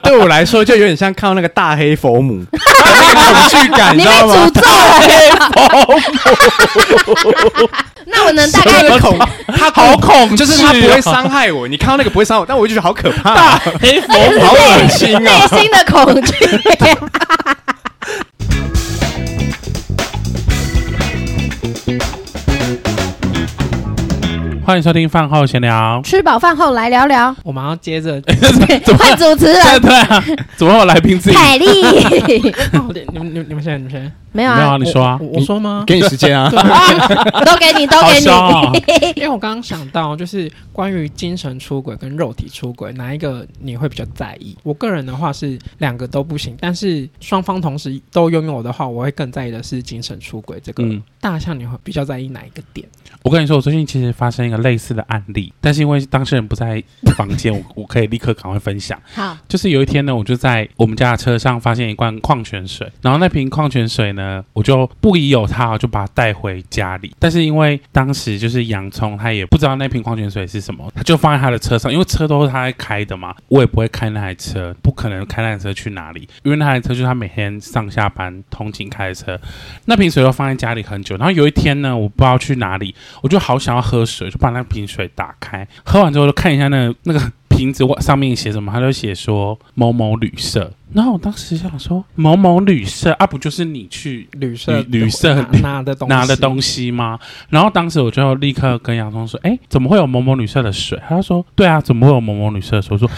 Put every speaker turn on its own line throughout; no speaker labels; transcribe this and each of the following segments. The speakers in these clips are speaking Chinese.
对我来说就有点像看到那个大黑佛 母，那个恐惧 感，你
你
知
被
道
诅
吗？
咒了。
哎那我能大概
那个恐，啊
他好恐，
就是它不会伤害我。你看到那个不会伤我，但我就觉得好可怕，
黑佛
这是
好
内
恶心
内
啊！
心的恐惧。
欢迎收听饭后闲聊。
吃饱饭后来聊聊，
我马上接着，
怎么
换主持人
对啊？怎么会有来宾自 己？
凯莉。
好哦的你们你们你们先，你们先，
没有
没有啊，
啊，
你说啊
我，我说吗？
给你时间 啊，
都给你，都
好
给
凶哦
你。
因为我刚刚想到，就是关于精神出轨跟肉体出轨，哪一个你会比较在意？我个人的话是两个都不行，但是双方同时都拥有的话，我会更在意的是精神出轨这个。
嗯，
大象你会比较在意哪一个点？
我跟你说，我最近其实发生一个类似的案例，但是因为当事人不在房间，我我可以立刻赶快分享。
好，
就是有一天呢，我就在我们家的车上发现一罐矿泉水，然后那瓶矿泉水呢，我就不疑有它，我就把它带回家里。但是因为当时就是洋葱，他也不知道那瓶矿泉水是什么， 他就放在他的车上，因为车都是他在开的嘛，我也不会开那台车，不可能开那台车去哪里，因为那台车就是他每天上下班通勤开的车。那瓶水都放在家里很久，然后有一天呢，我不知道去哪里，我就好想要喝水，就把那瓶水打开，喝完之后就看一下那个那个瓶子上面写什么，他就写说某某旅社。然后我当时想说某某旅社啊，不就是你去
旅社
旅旅社
拿拿的东西
拿的东西吗？然后当时我就立刻跟洋葱说：“哎，怎么会有某某旅社的水？”他就说：“对啊，怎么会有某某旅社的水？”我说：“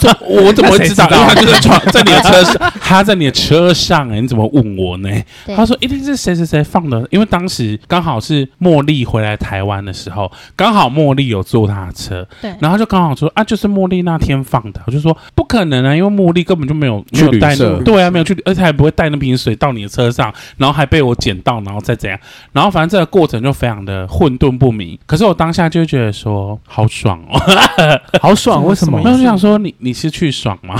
这我怎么会知道？因为他就在床，在你的车上，他在你的车上、哎，你怎么问我呢？”
对
他说：“一定是谁谁谁放的，因为当时刚好是茉莉回来台湾的时候，刚好茉莉有坐他的车，
对
然后就刚好说啊，就是茉莉那天放的。”我就说：“不可能啊，因为茉莉根本就没有
去
没有带
旅社
那对啊，没有去，而且还不会带那瓶水到你的车上，然后还被我捡到，然后再怎样。”然后反正这个过程就非常的混沌不明。可是我当下就会觉得说好爽哦，
好 爽，为什
什么
么
意
那
思
我就想说你你是去爽吗？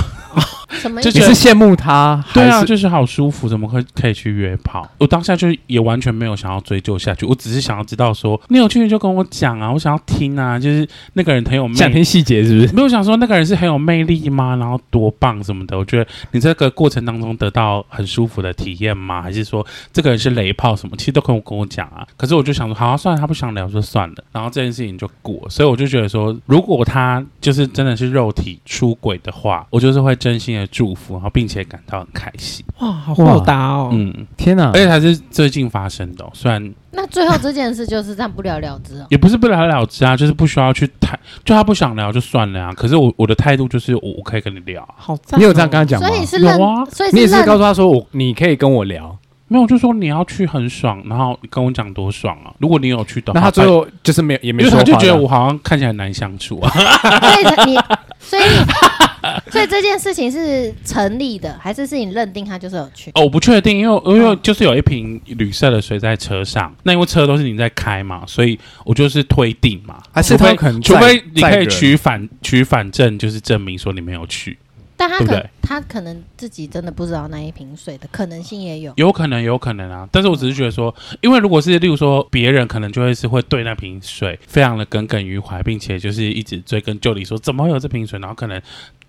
什么意
就
思
你？是羡慕他，
对
还
啊，
是
就是好舒服，怎么会可以去约炮？我当下就也完全没有想要追究下去，我只是想要知道说你有去就跟我讲啊，我想要听啊，就是那个人很有魅
想
力。
听细节是不是？
没有想说那个人是很有魅力吗？然后多棒什么的？我觉得你这个过程当中得到很舒服的体验吗？还是说这个人是雷炮什么？其实都跟我跟我讲啊。可是我就想说，好、啊，算了，他不想聊就算了。然后这件事情就过，所以我就觉得说，如果他就是真的是肉体出轨的话，我就是会真心的祝福，然后并且感到很开心。
哇，好豁达哦！
嗯，
天哪
而！且还是最近发生的哦、虽然
那最后这件事就是这样不了了之哦。
也不是不了了之啊，就是不需要去太，就他不想聊就算了啊。可是我我的态度就是我我可以跟你聊啊。
好赞哦、
你有这样跟他讲吗
所？以是
有
认
啊，
所以
你也是
认
告诉他说我你可以跟我聊，
没有，我就说你要去很爽，然后你跟我讲多爽啊！如果你有去的话，
那他最后就是没有也
因
没
为
说话，
他就觉得我好像看起来很难相处啊。
所以才你，所 以你，所以这件事情是成立的，还是是你认定他就是有去？
哦，我不确定，因为因为
嗯
就是有一瓶旅社的水在车上，那因为车都是你在开嘛，所以我就是推定嘛。
还是
除非
他可能
除
在
非你
在
可以
人
取反取反证，就是证明说你没有去，
但他
对不
可
对
他可能自己真的不知道那一瓶水的可能性也有。
有可能有可能啊。但是我只是觉得说，因为如果是例如说别人可能就会是会对那瓶水非常的耿耿于怀，并且就是一直追根究底说怎么会有这瓶水，然后可能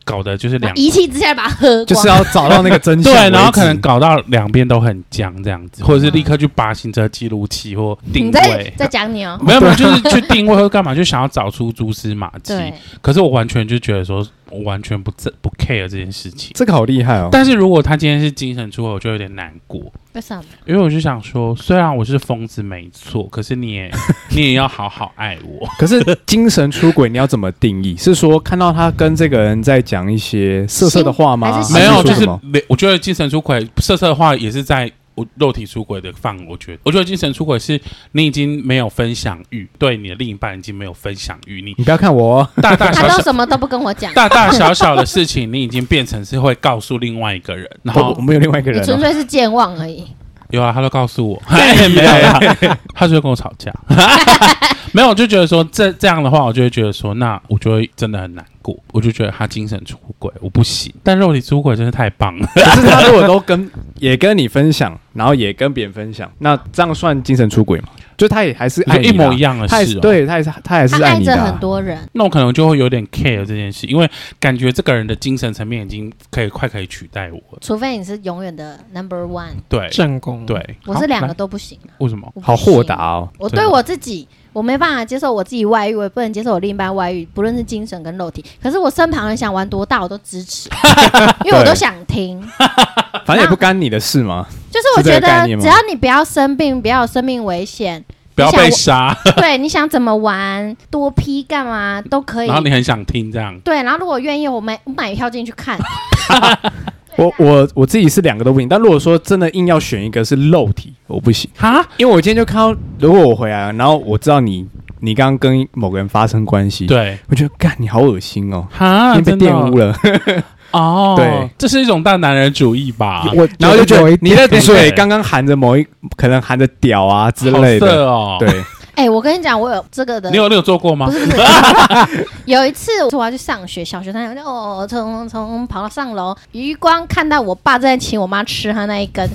搞得就是两
一气之下把它喝光，
就是要找到那个 真相为止，
对，然后可能搞到两边都很僵这样子，或者是立刻去拔行车记录器或定
你在
位。
在讲你哦。
没有没有，就是去定位或干嘛，就想要找出蛛丝马迹。
对，
可是我完全就觉得说，我完全不在不 care 这件事情。
这个好厉害哦。
但是如果他今天是精神出轨，我就有点难过，
为什么？
因为我就想说，虽然我是疯子没错，可是你 也你也要好好爱我。
可是精神出轨你要怎么定义？是说看到他跟这个人在讲一些色色的话吗
还？是
没有，就
说什
是
么
没我觉得精神出轨色色的话也是在我肉体出轨的范围。我觉得，我觉得精神出轨是你已经没有分享欲，对你的另一半已经没有分享欲，你
你不要看我哦，
大
他
大小
都
小。
什么都不跟我讲，
大大小小的事情，你已经变成是会告诉另外一个人，然
我
后
我们有另外一个
你
人
纯
哦。
粹是健忘而已。
有啊，他都告诉 我，没有啦，他就会跟我吵 架，没有，我就觉得说这这样的话，我就会觉得说，那我就会真的很难过，我就觉得他精神出轨，我不行，但肉体出轨真是太棒 了，
可是他如果都跟也跟你分享，然后也跟别人分享，那这样算精神出轨吗？就他也还是
你
爱
说
你
一
啦
模一样的
他也
事、
是
哦，。
对，他也是他也
他
是
爱
你
着
的啊、
很多人，
那我可能就会有点 care 这件事，因为感觉这个人的精神层面已经可以快可以取代我了。
除非你是永远的 number one，
对
正宫，
对，
我是两个
好，
都不行啊
来为什么？
我不
好豁
行
达哦。
我
真的
对我自己，我没办法接受我自己外遇，我也不能接受我另一半外遇，不论是精神跟肉体。可是我身旁人想玩多大，我都支持，因为我都想听。
反正也不干你的事嘛。
就是我觉
是这个概
得，
念吗
只要你不要生病，不要有生命危 险，
不要
你想
被
我
杀，
对，你想怎么玩、多批干嘛都可以
然。后你很想听这样，
对，然后如果愿意，我买我买票进去 看。
我我我自己是两个都不行，但如果说真的硬要选一个是肉体，我不行，
哈，
因为我今天就看到，如果我回来了，然后我知道你你刚刚跟某个人发生关系，，
对，
我觉得干你好恶心哦，
哈，
你被
真的
玷污了，
哦，
对，
这是一种大男人主义吧？
我然后就觉
有
得
一
你的
点
嘴
对
刚刚含着某一，可能含着屌啊之
好
类的，
色哦，
对，
哎、我跟你讲，我有这个的
你。有你有做过吗
不？是不是， 有一次我要去上学，小学三年级，哦，从从跑到上楼，余光看到我爸在请我妈吃他那一 根，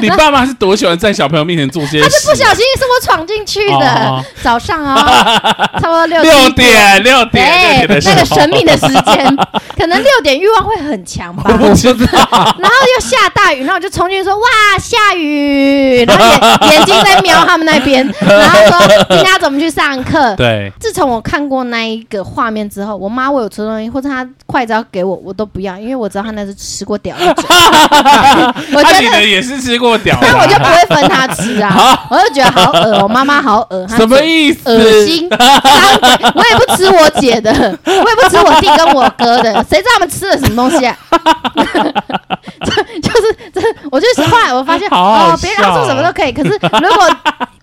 你爸妈是多喜欢在小朋友面前做这些
他是
事？
不小心是我闯进去的。
哦
早上啊、差不多六
六
七，
点六点
哎
六点的时
那
候，
个神秘的时 间，可能六点欲望会很强吧。
我知道，
然后又下大雨，然后我就冲进去说哇下雨，然后眼眼睛在瞄他们那 边，然后说今天要怎么去上课。
对，
自从我看过那一个画面之后，我妈为我吃东西或者她筷子要给我，我都不要，因为我知道她那是吃过屌 的酒。我
啊，
觉
你的
得，
也是吃过屌的啊，
但我就不会分她吃 啊，我就觉得好恶，我妈妈好恶，她
什么
嘴
意思？
恶心，张嘴！我也不吃我姐的，我也不吃我弟跟我哥的，谁知道他们吃了什么东西、啊？ 这就是这，我就是后来我发现，
好好
哦，别人要做什么都可以，可是如果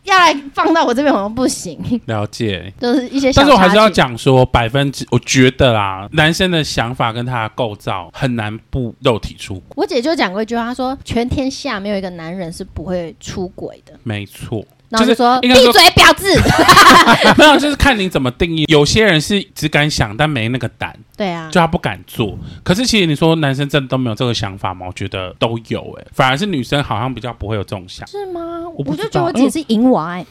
要来放到我这边，好像不行，
了解。
就是一些小
但是我还是要
插曲，
讲说，百分之我觉得啦，男生的想法跟他的构造很难不肉体出轨，
我姐就讲过一句话，她说全天下没有一个男人是不会出轨的。
没错。
然后就说
就
闭
是应该说
嘴，婊 子！
没有，就是看你怎么定义。有些人是只敢想，但没那个胆，
对啊，
就他不敢做。可是其实你说男生真的都没有这个想法吗？我觉得都有、欸，反而是女生好像比较不会有这种想，
是吗？
我
我
不知道
就觉得我姐是淫娃哎，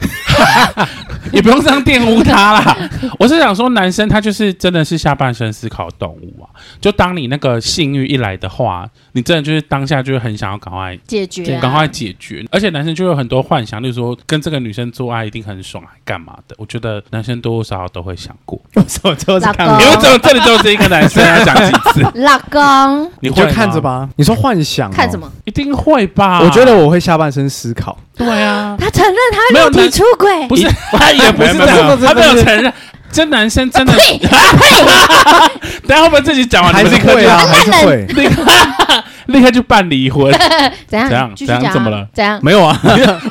也不用这样玷污他啦。我是想说，男生他就是真的是下半身思考动物啊。就当你那个性欲一来的话，你真的就是当下就是很想要赶快
解决啊
赶快解决。而且男生就有很多幻想，例如说跟这个女生做爱一定很爽，还干嘛的？我觉得男生多多少少都会想过。
我手就是
老
看
公
我
你为怎么这里都是一个男生要讲几 次？
老公
你会
就
吗
看着，吧，你说幻想、哦
看什？么？
一定会吧？
我觉得我会下半身思考，
对啊，
她承认她
没有
肉体
男
出轨，
不是他 也不是
没有
这
没有
样，
没有
他没有承认。这男生真的，等一下会不会自己讲完
还
你
是
们立刻
会
就
啊，
那
还是
人
会，
立刻 立刻就办离 婚？
怎样？
怎样
继续
怎样
讲啊
怎么了？
怎样？
没有啊，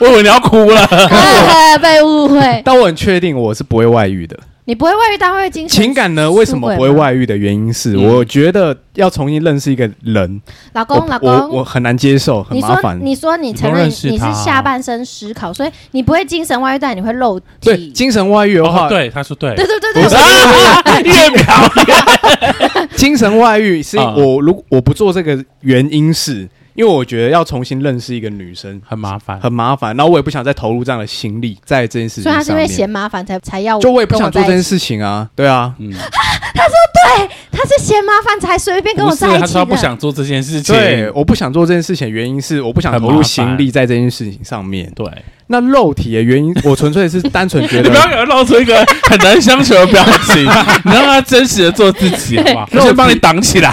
我以为你要哭了。
啊被误会，
但我很确定我是不会外遇的。
你不会外遇，但会精神
情感呢，为什么不会外遇的原因是，
嗯
我觉得要重新认识一个人，
老
我
公，老
我
公
我。很难接受，很
你
麻
说，
烦。
你说你
你
承
不
认
认
你
识
是
他啊
下半身思考，所以你不会精神外遇，但你会肉
对
体。
精神外遇的
哦
话，，
对，他说对，
对对对
不
对，
是
对
越描
精神外遇是
啊
我如我不做这个原因是，因为我觉得要重新认识一个女生
很麻烦。
很麻烦，然后我也不想再投入这样的心力在这件事情
所以他
上
是因为
面。
嫌麻烦才才要
就我也不
跟
想做
在
这件
一起，
事情啊，对啊，
嗯，
他是嫌麻烦才随便跟
不
我
是
在，一
他
起
说他不
的。
想做这件事情。
对，我不想做这件事情，原因是我不想
很
投
麻
入
烦
心力在这件事情上面。
对，
那肉体的 原因，我纯粹是单纯觉得
你不要给他露出一个很难相处的表 情，你让他真实的做自己，好不好？我先帮你挡起来，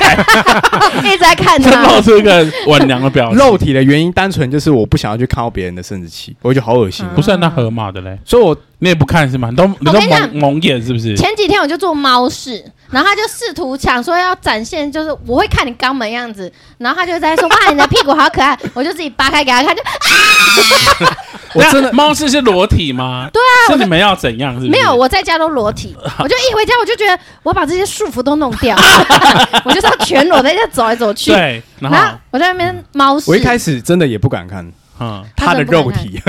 一直在 看
先露
他，
出一个晚娘的表情。
肉体的原因，单纯就是我不想要去看到别人的生殖器，我觉得好恶心哦、
嗯
不是那河马的嘞，
所以我
你也不看是吗？你都你
我
都
跟你
蒙
讲
蒙眼是不是？
前几天我就做猫式，然后他就试图想说要展现，就是我会看你肛门样子，然后他就在说哇你的屁股好可爱，我就自己扒开给他 看，就
我真的
那猫是是裸体吗？对啊，是你们要怎样？是不是
没有，我在家都裸 体，我就一回家我就觉得我把这些束缚都弄掉，我就是要全裸在家走来走去。
对，然
然后
后
我在那边猫式，
我一开始真的也不敢看
嗯，
他
他
的
真的
肉
不敢
体，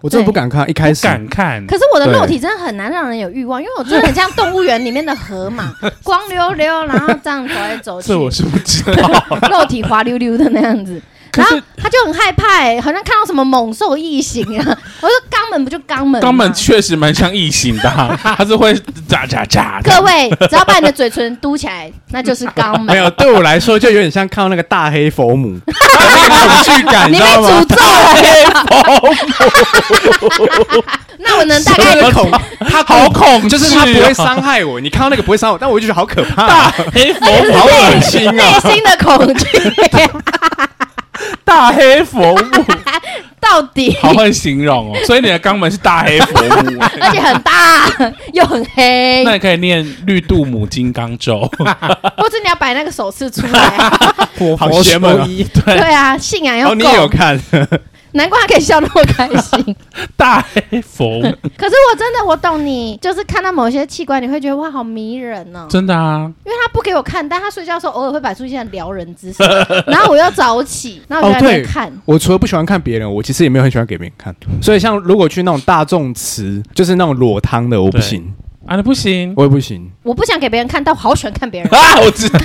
我真的不敢看。一开
不
始
敢看，
可是我的肉体真的很难让人有欲望，因为我真的很像动物园里面的河马，光溜溜，然后这样走来走去
这，我是不知道。
肉体滑溜溜的那样子。
可
然
是
后他就很害怕、欸，好像看到什么猛兽异形啊！ 我说肛门不就肛门吗？
肛门确实蛮像异形的啊、它是会炸炸炸 的。
各位只要把你的嘴唇嘟起来，那就是肛 门。
没有，对我来说就有点像看到那个大黑佛母，
恐惧 感，
你
你知
被
道吗
诅？咒了。
哦
那我能大概
那个 恐，他
好恐惧哦
就是他不会伤害我。你看到那个不会伤我，但我就觉得好可 怕，
黑佛
那个是
好
内
恶心
内
啊！
心的恐惧
大黑佛母，
到底，
好会形容哦。所以你的肛门是大黑佛 母，
而且很大又很黑
那，你可以念绿度母金刚 咒，
或者你要摆那个手势出 来。啊
活
好
佛
邪门
说
啊
一，
对啊，信仰要
哦，
够
你，也有看？
难怪他可以笑那么开心。
大黑佛母，
可是我真的我懂你，就是看到某些器官，你会觉得哇好迷人哦。
真的啊，
因为他不给我看，但他睡觉的时候偶尔会摆出一些撩人姿 势，然后我要早起，然后我就在那边
哦
看。
我除了不喜欢看别人，我其实也没有很喜欢给别人看。所以像如果去那种大众池，就是那种裸汤的，我不
对
行，
啊，你不行
我也不行。
我不想给别人看，但我好喜欢看别人。
啊，我知道，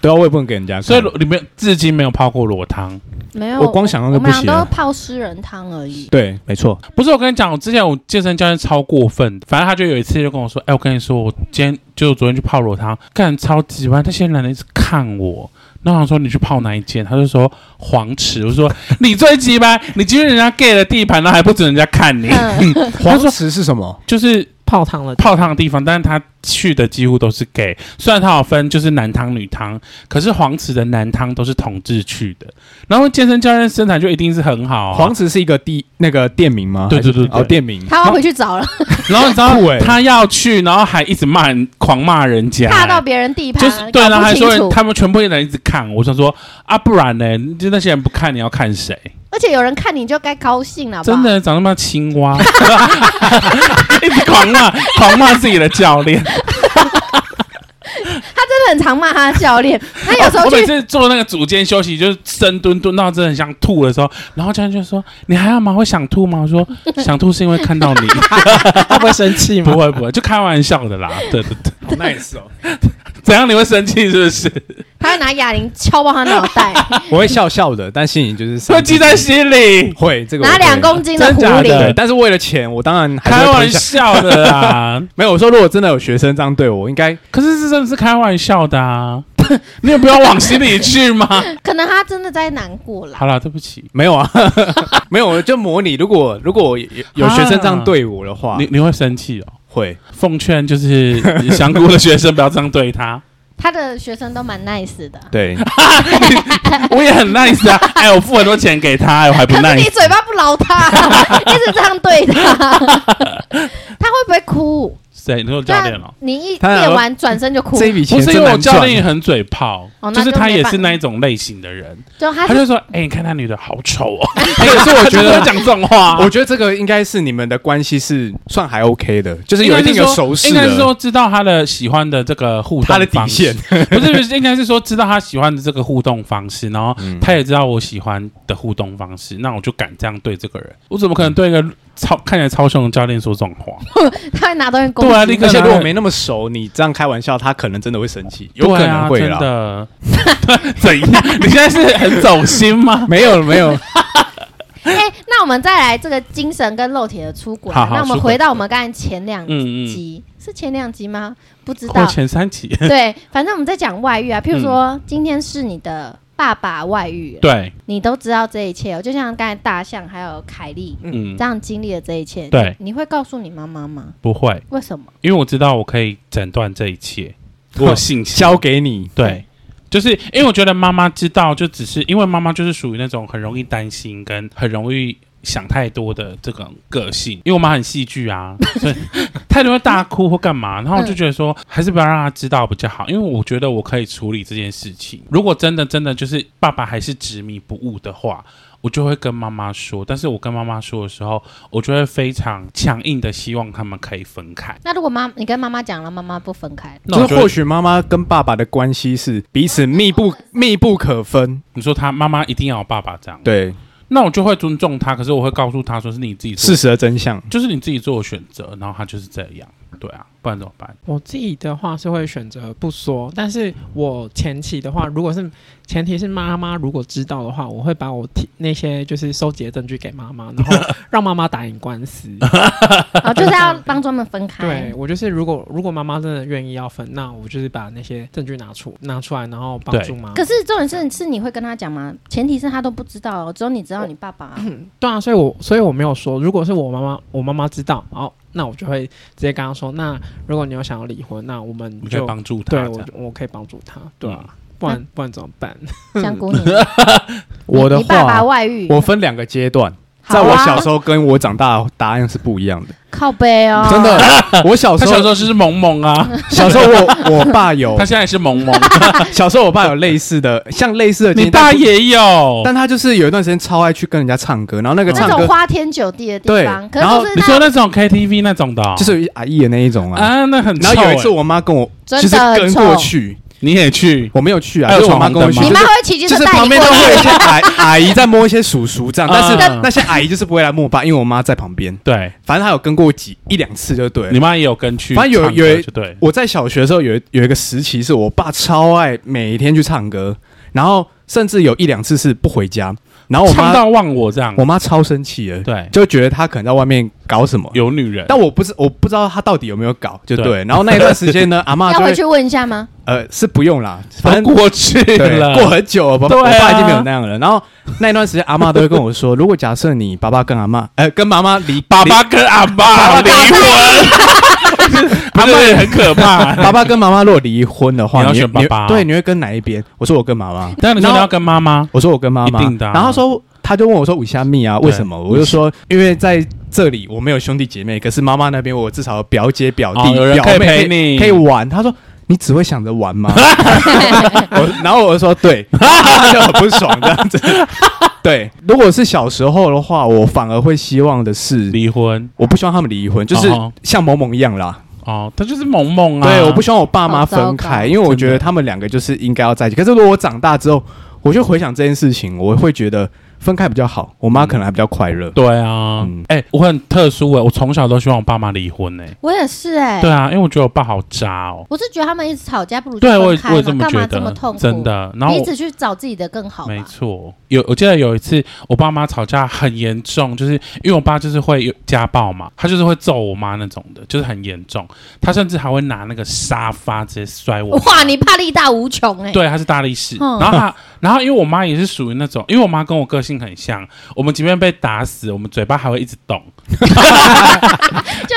对啊，我也不能给人家看。
所以你们至今没有泡过裸汤。
没有，
我光想到就
我们
不
俩
行了
都泡诗人汤而已。
对，没错，
不是我跟你讲，我之前我健身教练超过分的，反正他就有一次就跟我说，哎、我跟你说，我今天就昨天去泡裸汤，干超级班，那些男的一直看我。那我想说你去泡哪一间？他就说黄池。我说你最鸡巴， 你进去人家 gay 的地盘，那还不准人家看你？
嗯，
黄池是什么？
就是
泡汤了，
泡汤的地方，但是他去的几乎都是 gay。虽然他有分就是男汤女汤，可是黄池的男汤都是同志去的。然后健身教练身材就一定是很好、啊，
黄池是一个地那个店名吗？
对对
还
对
是
对
哦，店名。
他要回去找了，
然后你知道
酷欸
他要去，然后还一直骂人，狂骂人家，
踏到别人地盘，
就是 对，然
搞
后
不
还
清
说
楚
人。他们全部人一直看，我想说啊，不然呢？就那些人不看，你要看谁？
而且有人看你就该高兴了，好不好
真。的长那么青蛙， 一直狂骂，狂骂自己的 教练。
他真的很常骂他的教 练，他哎有时候
哦我每
去，
次做那个组间休息，就是深蹲蹲到真的很想吐的时候，然后教练就说：“你还好吗？会想吐吗？” 我说：“想吐是因为看到你，
他不会生气吗
不？会不会，就开玩笑的啦。”对对对，
好 nice 哦，
怎样你会生气是不是？
他会拿哑铃敲爆他脑 袋，
我会笑笑的，但心里就是
会记在心里。
会这个我
拿
会
两公斤的
真
狐
假的
狸，
对，但是为了钱，我当然还是
开
会
玩
分享。
笑的啦，
没有，我说如果真的有学生这样对我，我应该
可是这真的是开玩笑的啊， 你也不要往心里去嘛。
可能他真的在难过啦。
好啦，对不起，
没有 啊，没有，我就模拟。如果如果有有学生这样对我的话，
你你会生气哦。
会
奉劝就是香菇的学生不要这样对 他，
他的学生都蛮 nice 的，
对
我也很 nice 啊，哎，我付很多钱给他，哎我还不
可是
nice
你。嘴巴不饶他， 一直这样对他，他会不会哭？
谁？你说
对
教
啊
练哦？
你一
他想
练
说
完转身就哭
这，一笔钱
不是因
真
为我
难
教
赚。
练也很嘴炮
哦，那
就是
就
他
没
也
办
是
法
那一种类型的人，
就他
他就说：“哎，你看他女的好丑 哦。
哎可是”我
我觉
觉
得
得，
讲这种话，
我觉得这个应该是你们的关系是算还 OK 的，就是
应
有
该
一定
是
有
说
熟识
应该是
的，
说知道他的喜欢的这个互动
他的底
方式
线，
不是，不是应该是说知道他喜欢的这个互动方式，然后
嗯
他也知道我喜欢的互动方式，那我就敢这样对这个人，嗯我怎么可能对一个超看起来超凶的教练说这种话？
他会拿东西攻
对啊，
击
立刻
而且
拿
如果没那么熟，你这样开玩笑，他可能真的会生气，有可
对
能
啊
会
真
啦。
的。 怎样？你现在是很走心 吗？
没有没有，
哎、那我们再来这个精神跟肉体的出轨啊。
好好
那我们
出轨
回到我们刚才前两
嗯嗯，
集，是前两集吗？不知
或
道。
前三集，嗯
对，反正我们在讲外遇啊，譬如说、今天是你的爸爸外遇，
对，
你都知道这一切哦。就像刚才大象还有凯莉
嗯
这，样经历了这一切，
对
你，你会告诉你妈妈吗？
不会，
为什么？
因为我知道我可以诊断这一切，我有信心。
交给你，
对，就是因为我觉得妈妈知道，就只是因为妈妈就是属于那种很容易担心跟很容易。想太多的这种个性，因为我妈很戏剧啊，所以太多会大哭或干嘛，然后我就觉得说，还是不要让她知道比较好，因为我觉得我可以处理这件事情。如果真的真的就是爸爸还是执迷不悟的话，我就会跟妈妈说。但是我跟妈妈说的时候，我就会非常强硬的希望他们可以分开。
那如果妈你跟妈妈讲了，妈妈不 分开，
那我
就是
就会
或许妈妈跟爸爸的关系是彼此密不密不可分，
你说他妈妈一定要有爸爸这样，
对，
那我就会尊重他，可是我会告诉他说是你自己做，
事实的真相。
就是你自己做的选择，然后他就是这样。对啊，不然怎么办？
我自己的话是会选择不说，但是我前期的话，如果是前提是妈妈如果知道的话，我会把我提那些就是收集的证据给妈妈，然后 让妈妈打赢官司。
哦，就是要帮他们分开
对。我就是如果如果妈妈真的愿意要分，那我就是把那些证据拿出拿出来，然后帮助妈妈
可。是重点是，是你会跟他讲吗？前提是他都不知道哦，只有你知道你爸爸啊。
对啊，所以我所以我没有说，如果是我妈妈，我妈妈知道，好，那我就会直接跟她说，那如果你有想要离婚，那我们
我们可
就
以帮助他。
对
这
我
样嗯
我可以帮助她，对啊，不然不然怎么办？
香菇你，
我的
你爸爸
话，
外遇，
我分两个阶段，在
好
我
啊
小时候跟我长大的答案是不一样的，
靠背哦，
真的。 我小时
他小时
候，
候就是萌萌啊，
小时候我我爸有
他，现在也是萌萌，
小时候我爸有类似的， 像类似的经历，
你爸也有。
但他就是有一段时间超爱去跟人家唱歌，然后那个
那
唱
种
歌
花天酒地的地方，
对
可是就是
你
那
说那种 KTV 那种的哦，
就是有阿姨的那一种啊。
啊，那很臭
然
欸。
后有一次我妈跟我
真
就
的
是跟
很
过
臭
去，
你也去，
我没有去啊，
还有
就是我妈
闯
跟我
红
去
灯吗
你妈会骑机
就
车
是
带
旁
你
边
过
都会有一
去，
些阿阿姨在摸一些叔叔这样，但是
嗯
那些阿姨就是不会来摸我爸，因为我妈在旁边。
对
反正她有跟过我几一两次就对
你
了。
妈也有跟去唱
反
歌，
正有有一
就对，
我在小学的时候有一有一个时期，是我爸超爱每天去唱歌，然后甚至有一两次是不回家，然后我
唱
妈
到忘我这样
我，妈超生气的，
对，
就觉得他可能在外面搞什么。
有女人，
但我不是我不知道他到底有没有搞，就对。
对
然后那一段时 间呢，阿妈
要
就
回
会
去问一下吗？
呃是不用啦，反
都
正
过去
对
了，
过很久了，我爸
对啊
我爸已经没有那样了。然后那一段时间，阿妈都会跟我说，如果假设你爸爸跟阿妈，呃，跟妈妈离
爸
离
爸跟阿爸
爸
离
跟
婚， 阿
不
爸
是
也很 可怕。
爸爸跟妈妈如果离婚的话，
你要
会
选爸爸
你会对，你会跟哪一边？我说我跟妈妈，
但你说
然
你
后
要跟妈妈，
我说我跟妈妈
一定的啊，
然后他说他就问我说五虾蜜啊，
对
为什么？我就说因为在这里我没有兄弟姐妹，可是妈妈那边我至少有表姐、表弟、
哦有人
表
可以
妹
陪
可
你
以可以玩。他说。你只会想着玩 吗？我然后我就说对，他就很不爽这样子。对，如果是小时候的话，我反而会希望的是，
离婚
我不希望他们离婚，就是
哦
像萌萌一样啦。
哦，他就是萌萌啊。
对，我不希望我爸妈
好糟
分开，
糕
因为我觉
真
得
的
他们两个就是应该要在一起。可是如果我长大之后，我就回想这件事情，我会觉得分开比较好，我妈可能还比较快乐。
对啊
嗯，
哎，我很特殊哎，我从小都希望我爸妈离婚哎。
我也是哎
对，啊，因为我觉得我爸好渣哦。
我是觉得他们一直吵架，不如就
对，我
分
也
开
我也
嘛
么
干
觉
嘛这么
得
痛，苦？
真，的。然后
你一
我
直去找自己的更好吧
没。错，有我记得有一次，我爸妈吵架很严重，就是因为我爸就是会有家暴嘛，他就是会揍我妈那种的，就是很严重。他甚至还会拿那个沙发直接摔我。
哇，你怕力大无穷哎，
对，他是大力士。
嗯
然后他，然后因为我妈也是属于那种，因为我妈跟我个性很像，我们即便被打死，我们嘴巴还会一直动。
就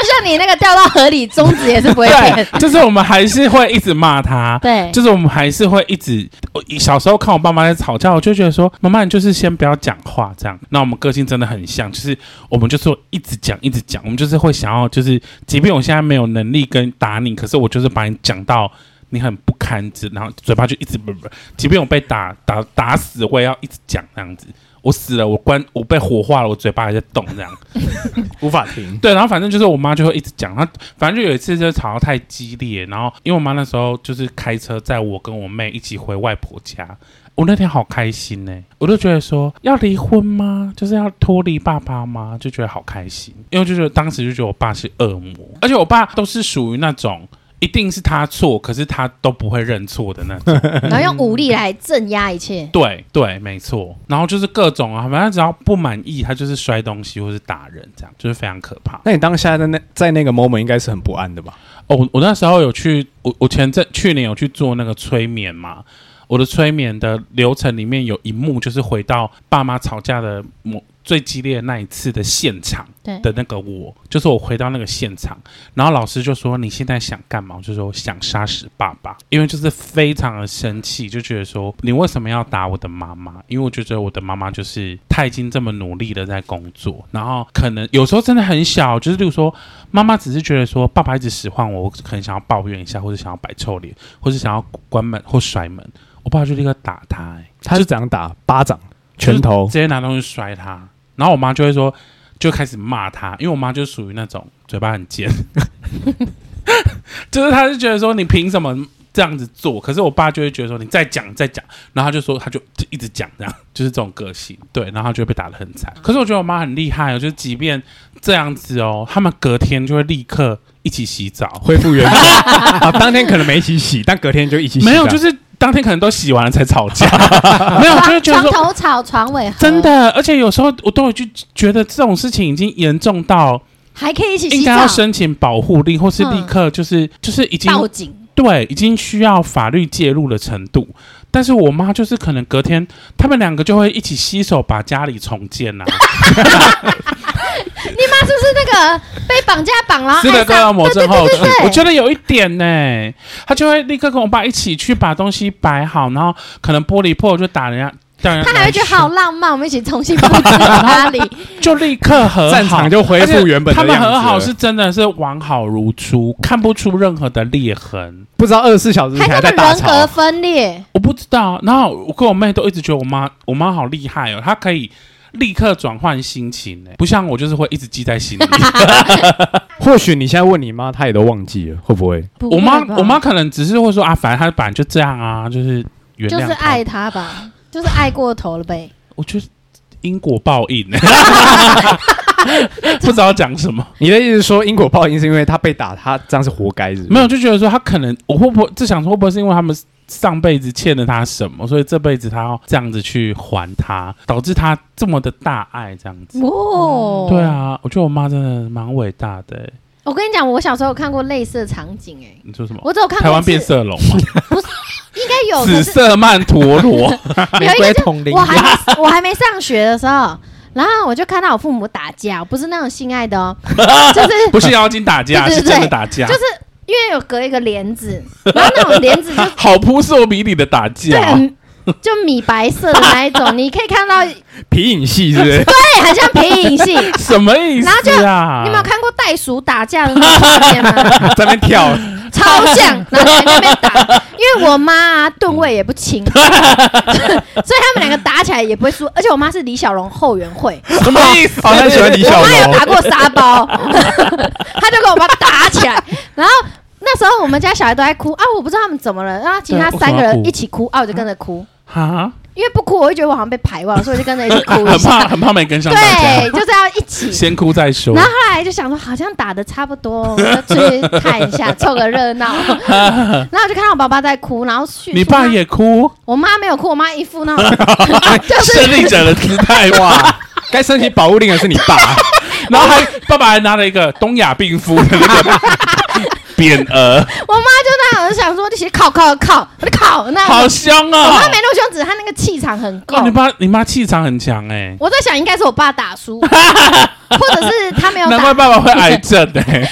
像你那个掉到河里，中指也是不会变。
对， 就是我们还是会一直骂他。
对，
就是我们还是会一直，我小时候看我爸妈在吵架，我就觉得说，妈妈你就是先不要讲话这样。那我们个性真的很像，就是我们就是一直讲一直讲，我们就是会想要，就是即便我现在没有能力跟打你，可是我就是把你讲到你很不堪之，然后嘴巴就一直不不，即便我被打打打死，我也要一直讲这样子。我死了，我关我被火化了，我嘴巴还在动这样。
无法停。
对，然后反正就是我妈就会一直讲，她反正就有一次就是吵到太激烈，然后因为我妈那时候就是开车载我跟我妹一起回外婆家，我那天好开心呢、我就觉得说要离婚吗？就是要脱离爸爸吗？就觉得好开心，因为就觉得当时就觉得我爸是恶魔，而且我爸都是属于那种。一定是他错，可是他都不会认错的那种。
然后用武力来镇压一切。
对对，没错。然后就是各种啊，反正只要不满意，他就是摔东西或是打人，这样就是非常可怕。
那你当下的那在那个 moment 应该是很不安的吧？
哦，我我那时候有去，我我前阵去年有去做那个催眠嘛，我的催眠的流程里面有一幕就是回到爸妈吵架的某最激烈的那一次的现场
对，
的那个我，就是我回到那个现场，然后老师就说你现在想干嘛？我就说我想杀死爸爸，因为就是非常的生气，就觉得说你为什么要打我的妈妈？因为我就觉得我的妈妈就是她已经这么努力的在工作，然后可能有时候真的很小，就是例如说妈妈只是觉得说爸爸一直使唤我，我可能想要抱怨一下，或者想要摆臭脸，或是想要关门或甩门，我爸就立刻打他、欸
他是怎样打？巴掌、
就
拳
是
头
直，接拿东西摔他，然后我妈就会说，就开始骂他，因为我妈就属于那种嘴巴很尖，就是她就觉得说你凭什么这样子做，可是我爸就会觉得说你再讲再讲，然后他就说他就就一直讲这样，就是这种个性，对，然后他就会被打得很惨。可是我觉得我妈很厉害哦，就是即便这样子哦，他们隔天就会立刻一起洗澡，
恢复原 状啊，当天可能没一起洗，但隔天就一起洗了。
没有，就是当天可能都洗完了才吵架，没有，就是啊觉
床
得说
头吵，床尾和，
真的，而且有时候我都有就觉得这种事情已经严重到
还可以一起
应
洗
该
澡。
要申请保护令，或是立
嗯
刻就是、就是已经
报警，
对，已经需要法律介入的程度。但是我妈就是可能隔天，他们两个就会一起洗手把家里重建 啊呐、
你妈是不是那个被绑架绑了？哎
斯德哥尔摩症候群
啊对对对对，对
我觉得有一点呢、她就会立刻跟我爸一起去把东西摆好，然后可能玻璃破就打人家，打人家
他还会觉得好浪漫，我们一起重新布置哪 里？
就立刻和好
战场就恢复原本的
他
样子
们
了。
和好是真的是完好如初，看不出任何的裂痕。
不知道二十四小
嗯
时前
还
还
是
在
他们
打
人格
吵，
分裂？
我不知道。啊然后我跟我妹都一直觉得我妈，我妈好厉害哦，她可以立刻转换心情欸呢、不像我就是会一直记在 心里。
或许你现在问你妈，她也都忘记了，会不会？
不
我妈
会吧
我妈可能只是会说啊，反正她本来就这样啊，就是原
就
谅。
是爱，他吧，就是爱过头了呗。
我觉得因果报 应、 不知道讲什么，
你的意思是说因果报应是因为她被打，她这样是活该是不是
没有就觉得说她可能我会不会就想说会不会是因为他们上辈子欠了她什么，所以这辈子她要这样子去还她，导致她这么的大爱这样子。
哦，
嗯对，啊，我觉得我妈真的蛮伟大的欸、
我跟你讲，我小时候有看过类似的场景、哎，
你说什么？
我只有看过
台湾
是
变色龙吗？
应该 有，可
紫
是
色曼 陀罗，
玫
有一
瑰
个
同龄
我，还没我还没上学的时候，然后我就看到我父母打架，不是那种性爱的 哦，就是
不是妖精打 架，
对对
是
对
真的打架
就，是因为有隔一个帘子，然后那种帘 子就
好扑朔迷离的打
对
架。
很。就米白色的那一种，你可以看到，对，
皮影戏是不 是？
很像皮影戏。你
什么意
然后就
思啊？
有没有看过袋鼠打架的那种画面吗？
在那边跳，
超像，然后在那边打，因为我妈啊吨位也不 轻，所以他们两个打起来也不会输，而且我妈是李小龙后援会，
什么 意
哦
思？好像喜欢李
我
小
妈有
龙，
打过沙包， 她就跟我妈打起来，然后。那时候我们家小孩都在哭啊，我不知道他们怎么了，然后其他
对
三个
为什么要
人
哭
一起哭啊，我就跟着哭，
嗯哈，
因为不哭我会觉得我好像被排外，所以我就跟着一起哭一
啊 很怕
下。
很怕没跟上大
对，就
家，
是要一起。
先哭再说
然。后后来就想说，好像打的差不多，我就去看一下，凑个热 闹。然后我就看到我爸爸在哭，然后去
你爸，也哭，
我妈没有哭，我妈一副那 种 就是
胜利者的姿态哇！
哇，该申请保护令的是你 爸，
然后还爸爸还拿了一个东亚病夫的那 个匾额，
我妈就那样想说，你写靠靠靠，我就靠那样。
好 香
我
啊
哦妈！没那么凶，只是她那个气场很够
哦哇，。你爸你妈气场很强哎，
我在想，应该是我爸打输， 或者是他没有
难
打
怪爸爸会癌症哎。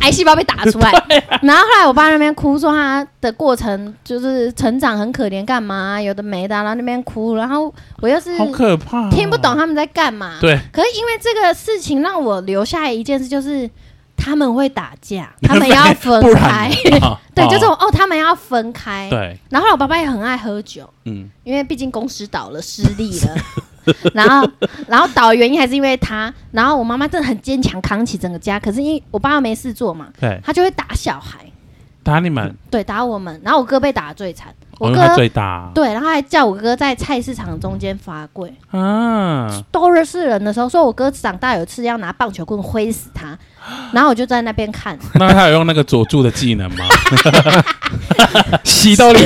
癌细胞被打 出来。
啊
然后后来我爸那边哭说他的过程就是成长很可怜，干嘛啊有的没的，然后那边哭，然后我又 是
好可怕、啊
听不懂。他们在干嘛。
对，
可是因为这个事情让我留下一件事，就是他们会打 架，他们要分
不
开
然。啊
对，就是
哦
哦，他们要分开。
对，
然后我爸爸也很爱喝酒，
嗯，
因为毕竟公司倒了，失利了。 然后，然后倒的原因还是因为他。然后我妈妈真的很坚强，扛起整个家。可是因为我爸爸没事做嘛，
对，
他就会打小孩，
打你们，
对，打我们。然后我哥被打的最惨，
我
我
哦用他
哥
最大
对，然后还叫我哥在菜市场中间罚跪。
啊，
都认识人的时候，说我哥长大有一次要拿棒球棍挥死他，然后我就在那边 看，
那他有用那个佐助的技能 吗？
洗到你，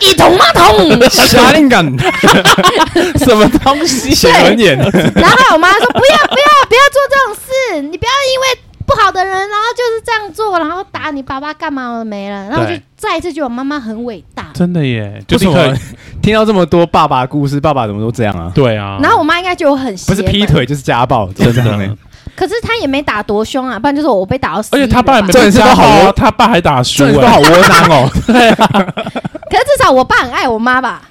一桶马桶。
啥灵感？ 什么东西？写轮眼，
然后后来我妈说不要不要不要做这种事，你不要因为不好的人，然后就是这样做，然后打你爸爸干嘛了没了。然后我就
对
再一次觉得我妈妈很伟大。
真的耶，就
就
立
是
刻
我听到这么多爸爸的故事，爸爸怎么都这样啊？
对啊。
然后我妈应该觉得我很邪
不
门
是劈，腿就是家暴，真
真的
的。
可是她也没打多凶啊，不然就是我被打到死。
而且他爸也没
这
被
也是
家
都好
暴啊
窝
他爸还打输
这人都
哎，
好窝囊哦。
可是至少我爸很爱我妈 吧？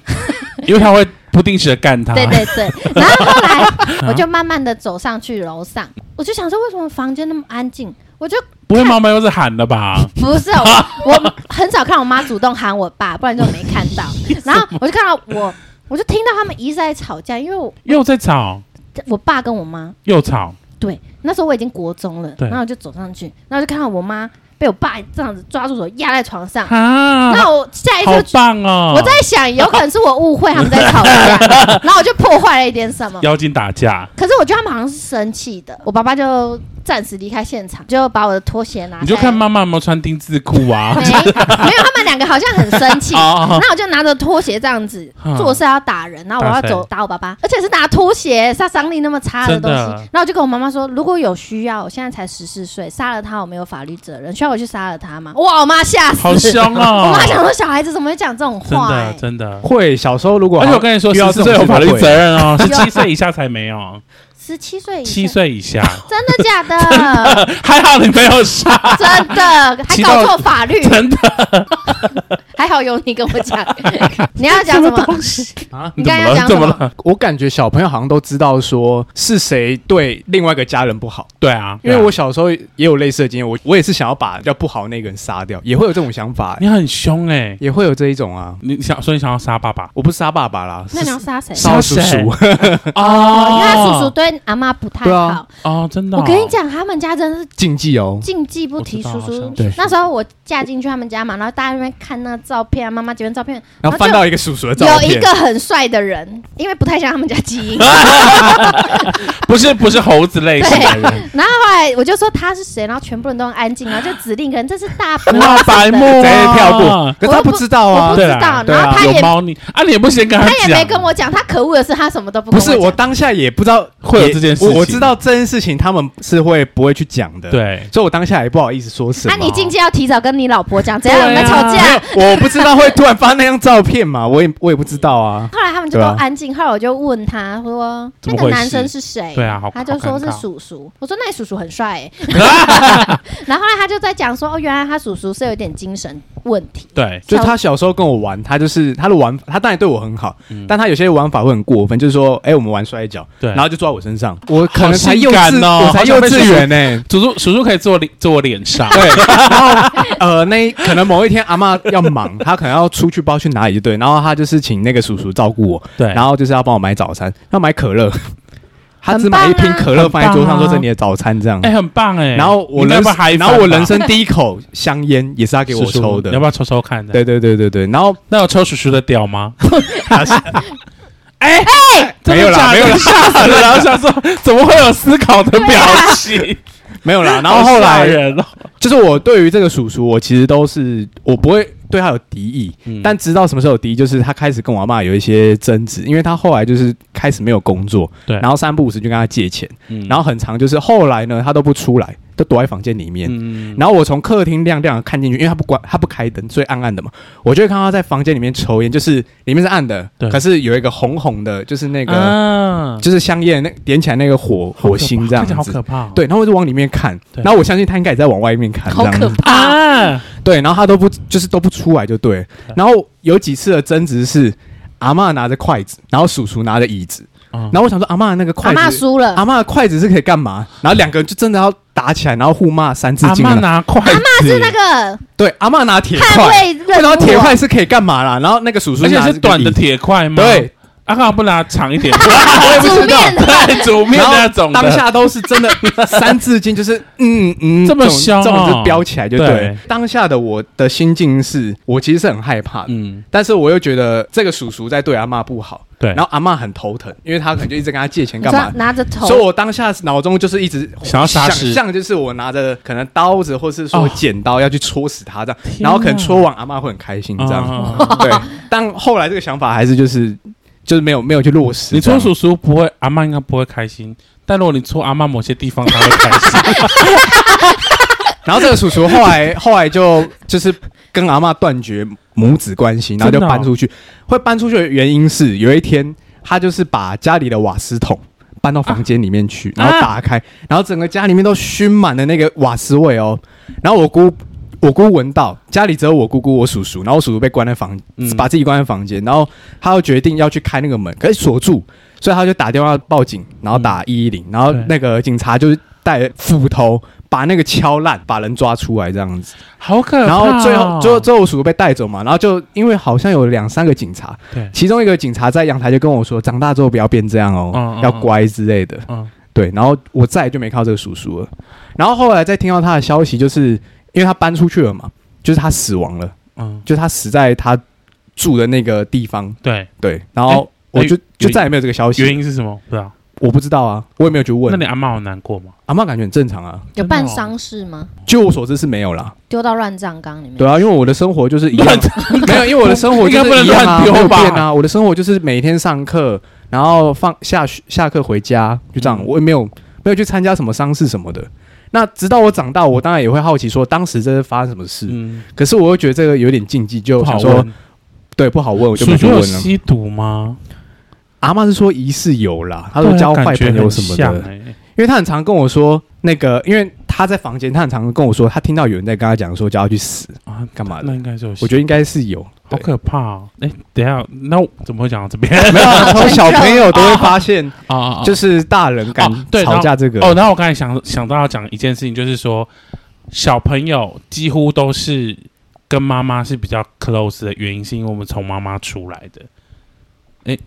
因为他会不定时的干他。
对对对。然后后 来我就慢慢的走上去楼上，我就想说为什么房间那么安静，我就
不会妈妈又是喊了吧？
不是我，我很少看我妈主动喊我爸，不然就没看 到。然后我就看到我，我就听到他们一直在吵架，因为我
又在吵，
我爸跟我妈，
又吵，
对，那时候我已经国中了，
对
然后我就走上去，然后就看到我妈被我爸这样子抓住手压在床 上。
啊，
那我下一次
好
就
棒哦！
我在想，有可能是我误会他们在吵架， 然后我就破坏了一点什么。
妖精打架，
可是我觉得他们好像是生气的，我爸爸就暂时离开现场，就把我的拖鞋拿。
你就看？妈妈有没有穿丁字裤啊
没，？ 没有，他们两个好像很生气。
哦，
然后我就拿着拖鞋这样子
嗯
做事要打人，然后我
打
要
谁
走打我爸爸，而且是拿拖鞋，杀伤力那么差的
真的
东西。然后我就跟我妈妈说，如果有需要，我现在才十四岁，杀了他我没有法律责任，需要我去杀了他吗？哇，我妈吓死！
好凶
我
哦
妈！想说小孩子怎么会讲这种
真
话、
的
欸？
真的。
会小时候如果
而且我跟你说，
遇到
十
这
四
种
岁有法律
事情
责 任哦，十
会
七岁以下才没 有，
十七岁以下，
七岁以下。
真的假 的？
还好你没有杀，
真的，还
骑到
搞错法律，
真
的。还好有你跟我 讲，你要讲什么？
啊，
你
怎
刚刚
么
要
了？
讲
怎
什
么
么？
了？
我感觉小朋友好像都知道说是谁对另外一个家人不好，
对啊，
因为我小时候也有类似的经验，我我也是想要把比较不好那个人杀掉，也会有这种想法、
你很凶哎，
也会有这一种啊。
你想所以你想要杀 爸爸
我不是杀爸爸啦，
那
是
你要杀谁？
杀叔
杀谁
叔，
哦，因为他叔叔
哦，
对阿妈不太
对
好。
啊
哦，真的哦，
我跟你讲，他们家真的是
禁忌哦。
禁忌不
我
提
知道
叔
好像
叔
是。
对
那时候我嫁进去他们家嘛，然后大家在那边看那照片啊，妈妈结婚照片，
然后翻到一个叔叔的照
有
片，
一个很帅的人，因为不太像他们家基 因。
不是不是猴子类型啊的
哎
人，
然后后来我就说他是谁，然后全部人都很安静，然后就指定一个人，这是大伯。
哇，白目啊
在那边跳过，可是他不知道
我
啊
不。知道
对啦，
然后
对啦
他也
有猫腻啊，你也不先跟
他也
讲，
没跟我讲，他可恶的是他什么都不
不
跟
是，我
我讲。
当下也不知道
会有
也
这件事情
我我知道这件事情他们是会不会去讲的，，
对，
所以我当下也不好意思说什
那、
么。啊
啊你进去要提早跟你老婆讲，怎
对
样
啊
你们吵
没
架？
有，我不知道会突然发那张照片嘛，我也我也不知道啊。
后来他们就
对
都
啊
安静，后来我就问他说：“
怎
那个
么回事
男生是谁？”
对啊好
他就说是
好尴尬
叔叔。我说：“那你叔叔很帅、 欸。” 然后后来他就在讲说：“哦，原来他叔叔是有点精神问题。
对，
就他小时候跟我玩，他就是他的玩，他当然对我很好，
嗯
但他有些玩法会很过分，就是说，哎、我们玩摔跤，
对
然后就抓我身上，我可能
好
才
性
幼稚，
感哦
我才
好
幼
想被
稚
叔叔
园呢、
叔叔叔叔可以坐脸坐我脸上，
对，然后呃，那一可能某一天阿嬷要忙，她可能要出去，不知道去哪里，对，然后她就是请那个叔叔照顾我，
对，
然后就是要帮我买早餐，要买可乐， 她只买一
很棒
瓶
啊
可乐放在桌上，
很棒啊
说这是你的早餐这样。
哎，很棒哎，
然后我
你该
人
不会还，
然后我人生第一口香烟也是她给我
叔叔
抽的
你要，不要抽抽看？，
对对对对对，然后
那有抽叔叔的屌吗？ 哎哎，
没有啦
真的假的
没有啦
吓死了！然后想说怎么会有思考的表情？
没有啊 啦，然后后
好吓
来
人哦，
就是我对于这个叔叔，我其实都是我不会对他有敌意，
嗯
但直到什么时候有敌意，就是他开始跟我阿妈有一些争执，因为他后来就是开始没有工作，
对
然后三不五时就跟他借钱，
嗯
然后很长就是后来呢，他都不出来，都躲在房间里面。
嗯，
然后我从客厅亮亮地看进去，因为他不关，他不开灯，所以暗暗的嘛。我就会看到他在房间里面抽烟，就是里面是暗的，
对
可是有一个红红的，就是那个、
啊
就是香烟那点起来那个火火星这样
看起来好
子。
可怕哦，
对，然后我就往里面看，
对
然后我相信他应该也在往外面看，这
好
样
可
子。
怕！
啊，
对，然后他都不就是都不出来就对。然后有几次的争执是阿嬷拿着筷子，然后叔叔拿着椅子。
嗯
然后我想说阿嬷那个
阿
筷
妈
子，啊
输了，
阿嬷的筷子是可以干嘛？然后两个人就真的要打起来，然后互骂三字
阿
经
妈
了。
拿筷子，阿妈
是那个
对，阿嬷拿铁
捍
块，
卫
不知
任
道
务。哦
铁块是可以干嘛啦？然后那个叔叔
而且
拿着
是短的
椅子，
铁块吗？
对，
阿干嘛不拿长一点？
我也不
煮
知道。
面的，
对，煮面
然后
那种的
当下都是 真的三字经，就是嗯嗯，
这么
种
凶哦
这种就飙起来就对
对
了。当下的我的心境是，我其实是很害怕的，
嗯，
但是我又觉得这个叔叔在对阿嬷不好，
对
然后阿嬷很头疼，因为他可能就一直跟他借钱
你
干
说
嘛。
拿着头
所以，我当下脑中就是一直
想要杀死
想象就是我拿着可能刀子或是说
哦
剪刀要去戳死他这样，
天
然后可能
哪
戳完阿嬷会很开心这样。
啊
对，但后来这个想法还是就是就是没有没有去落实这
你
样。
搓叔叔不会，阿妈应该不会开心。但如果你搓阿妈某些地方，她会开 心。
然后这个叔叔后来后来就就是跟阿嬷断绝母子关系，然后就搬出去。会搬出去的原因是有一天他就是把家里的瓦斯桶。搬到房间里面去，然后打开，然后整个家里面都熏满了那个瓦斯味哦。然后我姑，我姑闻到，家里只有我姑姑、我叔叔，然后我叔叔被关在房，
嗯
把自己关在房间，然后他又决定要去开那个门，可是锁住，所以他就打电话报警，然后打一一零，然后
嗯对
那个警察就是带斧头把那个敲烂，把人抓出来这样子。
好可怕哦。
然后最后最后最后叔叔被带走嘛，然后就因为好像有两三个警察，
对，
其中一个警察在阳台就跟我说：“长大之后不要变这样哦，
嗯嗯
要乖之类的。
嗯，
对，然后我再也就没看到这个叔叔了。然后后来再听到他的消息，就是因为他搬出去了嘛，就是他死亡了，
嗯，
就是他死在他住的那个地方，
对，
对，然后
哎
我就、
哎
就再也没有这个消
原
息，
因是什么？不知道。
我不知道啊，我也没有去
那
问
你，阿妈有难过吗？
阿妈感觉很正常啊，
有办丧事吗？
据我所知是没有啦，
丢到乱葬岗里面？
对啊，因为我的生活就是一样
乱，
没有，因为我的生活就
应该不
是
能
一样啊，
乱丢
没有
吧
变啊，我的生活就是每天上课，然后放下学下课回家，就这样，
嗯
我也没有没有去参加什么丧事什么的。那直到我长大，我当然也会好奇说，当时这是发生什么事？
嗯，
可是我又觉得这个有点禁忌，就
不好
想说
问。
对不好问，我就
叔
不去
叔
问
有
了。
吸毒吗？啊
阿妈是说疑似有啦，她
他
说交坏朋友什么的，啊
欸、
因为她很常跟我说那个，因为她在房间，她很常跟我说，她听到有人在跟她讲说叫她去死，
啊，
干嘛的
那应该是有吸，
我觉得应该是有，
好可怕哦。哎、等一下，那我怎么会讲到 这边？
没有啊，从小朋友都会发现，
啊啊啊
就是大人敢
哦对
吵架这个，
哦，然后我刚才想想到要讲一件事情，就是说小朋友几乎都是跟妈妈是比较 close 的原因，是因为我们从妈妈出来的，
就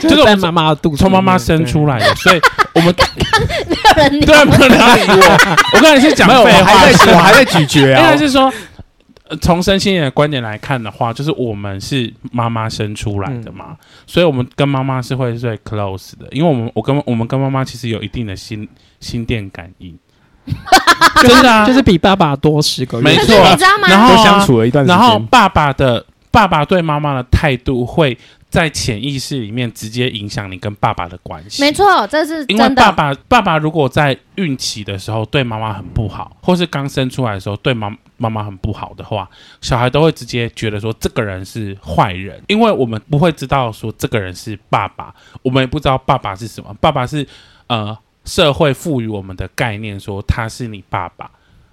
就是是
在
我
妈妈的肚子里面，
从妈妈生出来的，所以我 们
没有人理
对啊，没有人理我。我刚才是讲
没有，我
废话
还，在我还在咀嚼
应
啊
该，是说。呃从身心灵的观点来看的话，就是我们是妈妈生出来的
嗯
嘛，所以我们跟妈妈是会最 close 的，因为我们我跟我们跟妈妈其实有一定的心心电感 应，真的啊，
就是比爸爸多十个月，
没
可是
错
你知道
然
吗？
后啊
都相处了一段时
然后
间，
爸爸的爸爸对妈妈的态度会在潜意识里面直接影响你跟爸爸的关系。
没，错，这是
因为
真
爸
的。
爸爸爸如果在孕期的时候对妈妈很不好，或是刚生出来的时候对妈妈妈很不好的话，小孩都会直接觉得说这个人是坏人，因为我们不会知道说这个人是爸爸，我们也不知道爸爸是什么，爸爸是呃社会赋予我们的概念，说他是你爸爸。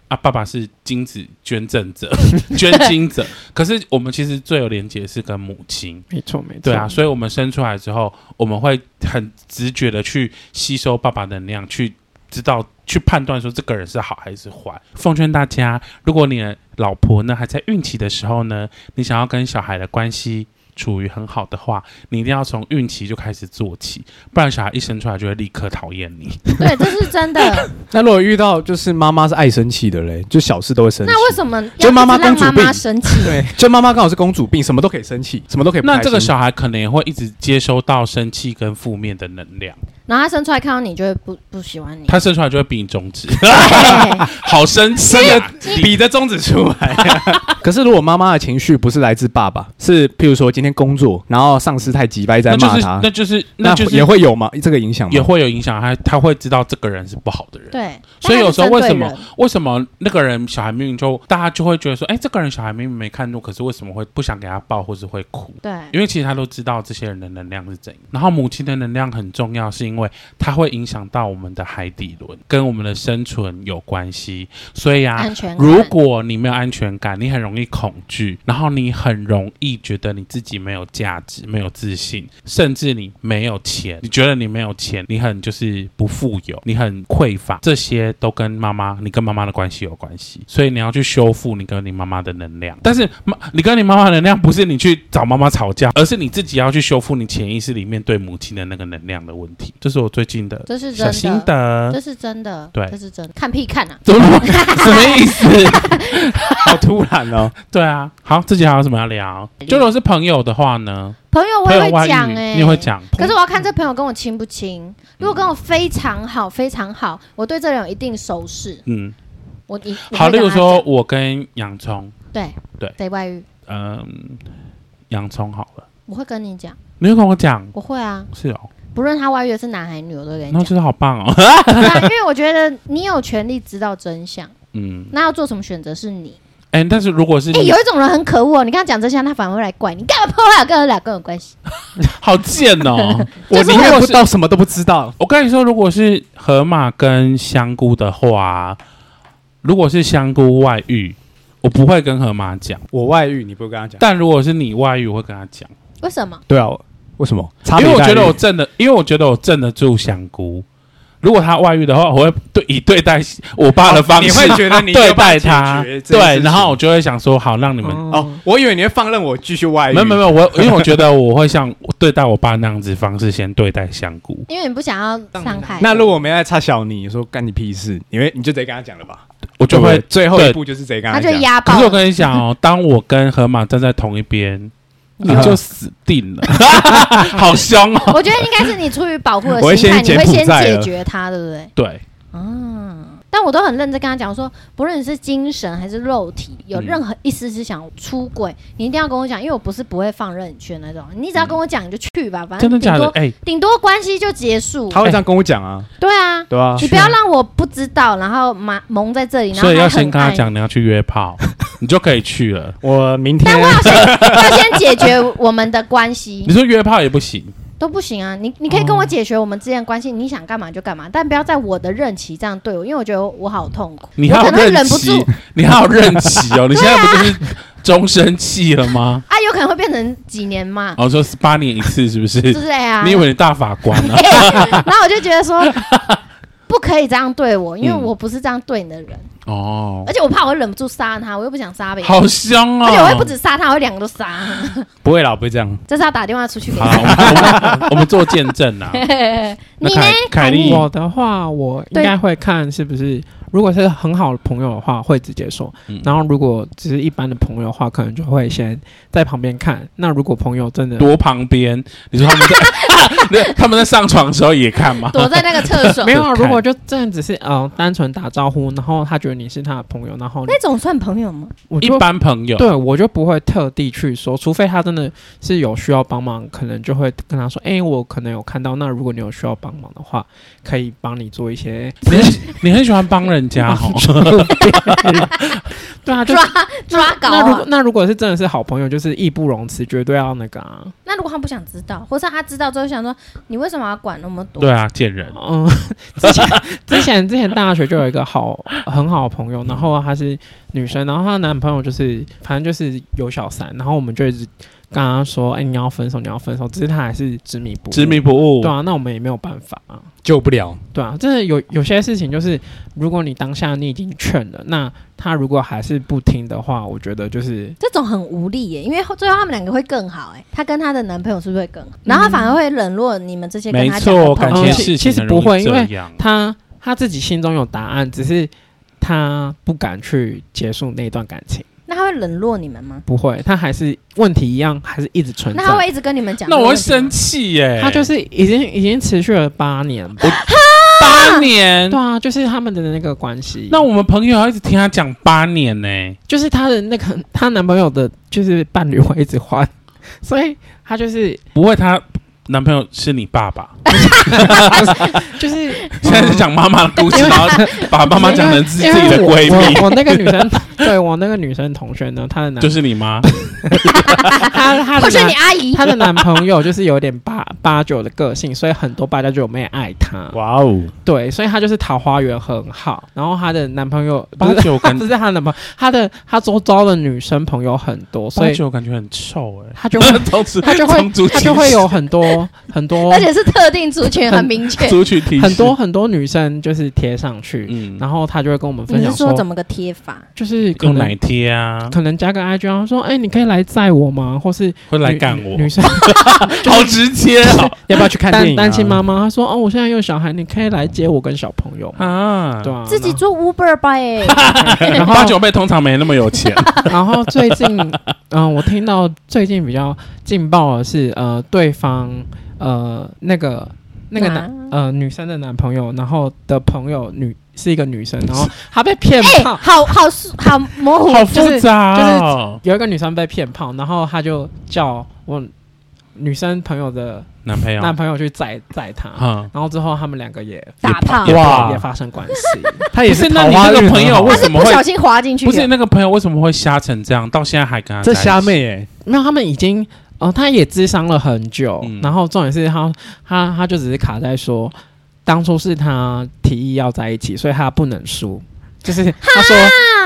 啊，爸爸是精子捐赠者、 捐精者，可是我们其实最有连接是跟母亲，
没错没错，
对啊，所以我们生出来之后，我们会很直觉的去吸收爸爸的能量，去知道、去判断说这个人是好还是坏。奉劝大家，如果你的老婆呢还在孕期的时候呢，你想要跟小孩的关系处于很好的话，你一定要从孕期就开始做起，不然小孩一生出来就会立刻讨厌你。
对，这是 真的。
那如果遇到就是妈妈是爱生气的嘞，就小事都会生气，
那为什么要
就妈妈
一直让
公主
妈
病
妈生气？
对，就妈妈刚好是公主病，什么都可以生气，什么都可以不开心。
那这个小孩可能也会一直接收到生气跟负面的能量，
然后他生出来看到你就会不不喜欢你。
他生出来就会比你中指，
对
好生气 啊！
比着中指出来。可是如果妈妈的情绪不是来自爸爸，是譬如说今天工作，然后上司太急掰在
那就
骂
是
他，
那就是那就是
也会有吗？这个影响吗？
也会有影响，他他会知道这个人是不好的人。
对，
所以有时候为什么
但他是针对人
为什么那个人小孩明明就大家就会觉得说，哎，这个人小孩明明没看中，可是为什么会不想给他抱，或是会哭？
对
因为其实他都知道这些人的能量是怎样。然后母亲的能量很重要，是因为它会影响到我们的海底轮，跟我们的生存有关系。所以啊
安，全感？
如果你没有安全感，你很容易恐惧，然后你很容易觉得你自己没有价值、没有自信，甚至你没有钱，你觉得你没有钱，你很就是不富有，你很匮乏，这些都跟妈妈、你跟妈妈的关系有关系，所以你要去修复你跟你妈妈的能量。但是妈，你跟你妈妈的能量不是你去找妈妈吵架，而是你自己要去修复你潜意识里面对母亲的那个能量的问题。这是我最近的
这是
小心
真的，
得
这，是真的，
对
这是真的。看屁看啊！
怎么什么意 思？
好突然哦。
对啊，好，自己还有什么要聊？就如果是朋友的话呢？
朋哎友我
朋
也
友外
会
遇，
讲哎，
你也会。讲？嗯
可是我要看这朋友跟我亲不亲。如果跟我非常好，非常好，我对这人有一定熟识，
嗯，
我一我
好，
会
例
跟
如
他
说
讲
我跟洋葱，
对
对
对外遇，
嗯，洋葱好了，
我会跟你讲，
你会跟我讲，
我会啊，
是哦，
不论他外遇的是男还是女，我都会跟
然后
你
就
讲
是好棒哦，，
对啊因为我觉得你有权利知道真相，
嗯，
那要做什么选择是你。
哎，但是如果是
哎，
你
有，一种人很可恶哦，你跟他讲真相，他反而会来怪你，干嘛破坏我跟我俩跟我有关系？
好贱 哦，
我
就是
宁愿
我
不
是
到什么都不知道，
我跟你说，如果是河马跟香菇的话，啊如果是香菇外遇，我不会跟河马讲，
我外遇你不会跟他讲？
但如果是你外遇，我会跟他讲，
为什么？
对啊，我为什么？因
因为我觉得我镇得，因为我觉得我镇得住香菇。如果他外遇的话，我会对以对待我爸的方式，
觉哦得你
对待他，对，然后我就会想说，好，让你们，
嗯
哦，我以为你会放任我继续外遇，
没有没有没有，我因为我觉得我会像对待我爸那样子方式先对待香菇，
因为你不想要伤害。
那如果我没爱插小你，你说干你屁事，你会你就直接跟他讲了吧？
我就会。
最后一
对
步就是谁跟
他就
讲
压爆
可是我跟你讲哦，当我跟河马站在同一边，你
嗯啊
就死 定了，好凶哦。
我觉得应该是你出于保护的
我会
心态，
先
你会
柬
先
埔寨
解
了
决他，对不对？
对，
嗯，但我都很认真跟他讲说，不论你是精神还是肉体，有
嗯
任何一丝丝想出轨，你一定要跟我讲，因为我不是不会放任你去的那种。你只要跟我讲，你就去吧，反
真
正
的
顶
假的
多？
哎，
顶多关系就结束。
他会这样跟我讲啊，
对啊，
对啊，
你不要让我不知道，然后蒙蒙在这里，然后
所以要
还
先
很
跟他
爱。
讲你要去约炮，你就可以去了。
我明天
但我要先要先解决我们的关系
你说约炮也不行，
都不行啊！你你可以跟我解决我们之间的关系，你想干嘛就干嘛，但不要在我的任期这样对我，因为我觉得我好痛苦，
你
我
还
可
有
能会
任
忍不
期
住，
你还有任期哦，你现在不就是终身期了吗？
啊，有可能会变成几年嘛。
哦，说十八年一次是不是？
之类啊。
你以为你大法官 啊？
然后我就觉得 说，不可以这样对我，因为
嗯
我不是这样对你的人，
哦
而，且我怕我会忍不住杀他，我又不想杀别人，
好凶哦！
而且我会不止杀他，我会两个都杀。
不会啦，不会这样。
这是要打电话出去给
好
他。
啦，我们我们我们做见证啊。那
你呢
凯？凯莉
我的话，我应该会看是不是，如果是很好的朋友的话，会直接说；
嗯
然后如果只是一般的朋友的话，可能就会先在旁边看。那如果朋友真的，
躲旁边，你说他们 在他们在上床的时候也看吗？
躲在那个厕所
没，有啊，
看
如果就真的只是呃单纯打招呼，然后他觉得你是他的朋友，然后你
那种算朋友吗？
我
一
就
般朋友，
对我就不会特地去说，除非他真的是有需要帮忙，可能就会跟他说：“哎、我可能有看到，那如果你有需要帮忙的话，可以帮你做 一些。
你很你很喜欢帮人家哦。
啊
对啊，就
抓抓搞
那如果
啊！
那如果是真的是好朋友，就是义不容辞，绝对要那个啊。
那如果他不想知道，或是他知道之后想说，你为什么要管那么多？
对啊，贱人，
嗯， 之前之前之前大学就有一个好很好的朋友，然后她是女生，然后她的男朋友就是反正就是有小三，然后我们就一直跟她说：“哎、你要分手，你要分手。”只是她还是执迷不悟
执迷不悟
对。啊，那我们也没有办法啊。
救不了，
对啊，真的有有些事情就是，如果你当下你已经劝了，那他如果还是不听的话，我觉得就是
这种很无力耶，因为最后他们两个会更好哎，她跟她的男朋友是不是会更好？然后她反而会冷落你们这些跟
嗯没
她讲的
错，
朋
感
友。
情
嗯
事
其
情
实
很
不
容易
会因
这
为
样。
他他自己心中有答案，只是他不敢去结束那段感情，
那他会冷落你们吗？
不会，他还是问题一样，还是一直存在
那。他会一直跟你们讲这
那
个
我
问
会
题吗？
生气耶！
他就是已经已经持续了八年吧，
八年
对，啊，就是他们的那个关系。
那我们朋友要一直听他讲八年呢、
就是她的那个她男朋友的，就是伴侣会一直换， 所以她就是
不会她男朋友是你爸 爸？
就是
现在是讲妈妈的故 事，
因为
然后把妈妈讲成自己自己的闺蜜
因为，我我我那个女生，对我那个女生同学呢，她的男
就是你 妈。
她
啊
她
或
的
是
男
你阿姨？
她的男朋友就是有点八 八九的个性，所以很多八加九妹爱她。
哇哦，
对，所以她就是桃花源很好。然后她的男朋友不
八
是
九感
不是 她的男朋友，她的她周遭的女生朋友很多，所
八
以
九感觉很臭哎、
她就 会
都是
她就会
从族
她
群
就会 有很多很多
而且是特定族群，
很
很明确。
族群提示
很多。很多女生就是贴上去，
嗯，
然后她就会跟我们分
你是
享
说怎么个贴法？
就是可
用
能
奶贴啊，
可能加个 IG，然后说：“哎、你可以来载我吗？”或是
会来
女
干我
女，女生
好直接哦
要不要去看电
单
影啊？
单亲妈妈，她说：“哦，我现在有小孩，你可以来接我跟小朋友。”
啊！
对啊，
自己做 Uber 吧、欸，
然后。
八九妹通常没那么有 钱，
然后最近， 嗯、我听到最近比较劲爆的是，呃，对方呃那个那个男呃女生的男朋友，然后的朋友女是一个女生，然后她被骗
哎、
炮，
好好素好模糊，
好
就是
复杂哦。
有一个女生被骗炮，然后她就叫我女生朋友的
男朋友，
男朋友去载载她，
嗯，
然后之后他们两个也
打炮
也，
哇
也发生关系。
他也
不是那
桃
你
花
那个
运很啊
朋友
好
为
他
什么
是不小心滑进去
不是
的。
那个朋友为什么会瞎成这样？到现在还跟他
这
在一起
虾，妹哎，
没有，他们已经，呃，他也智商了很久，
嗯
然后重点是他，他，他就只是卡在说，当初是他提议要在一起，所以他不能输，就是他说，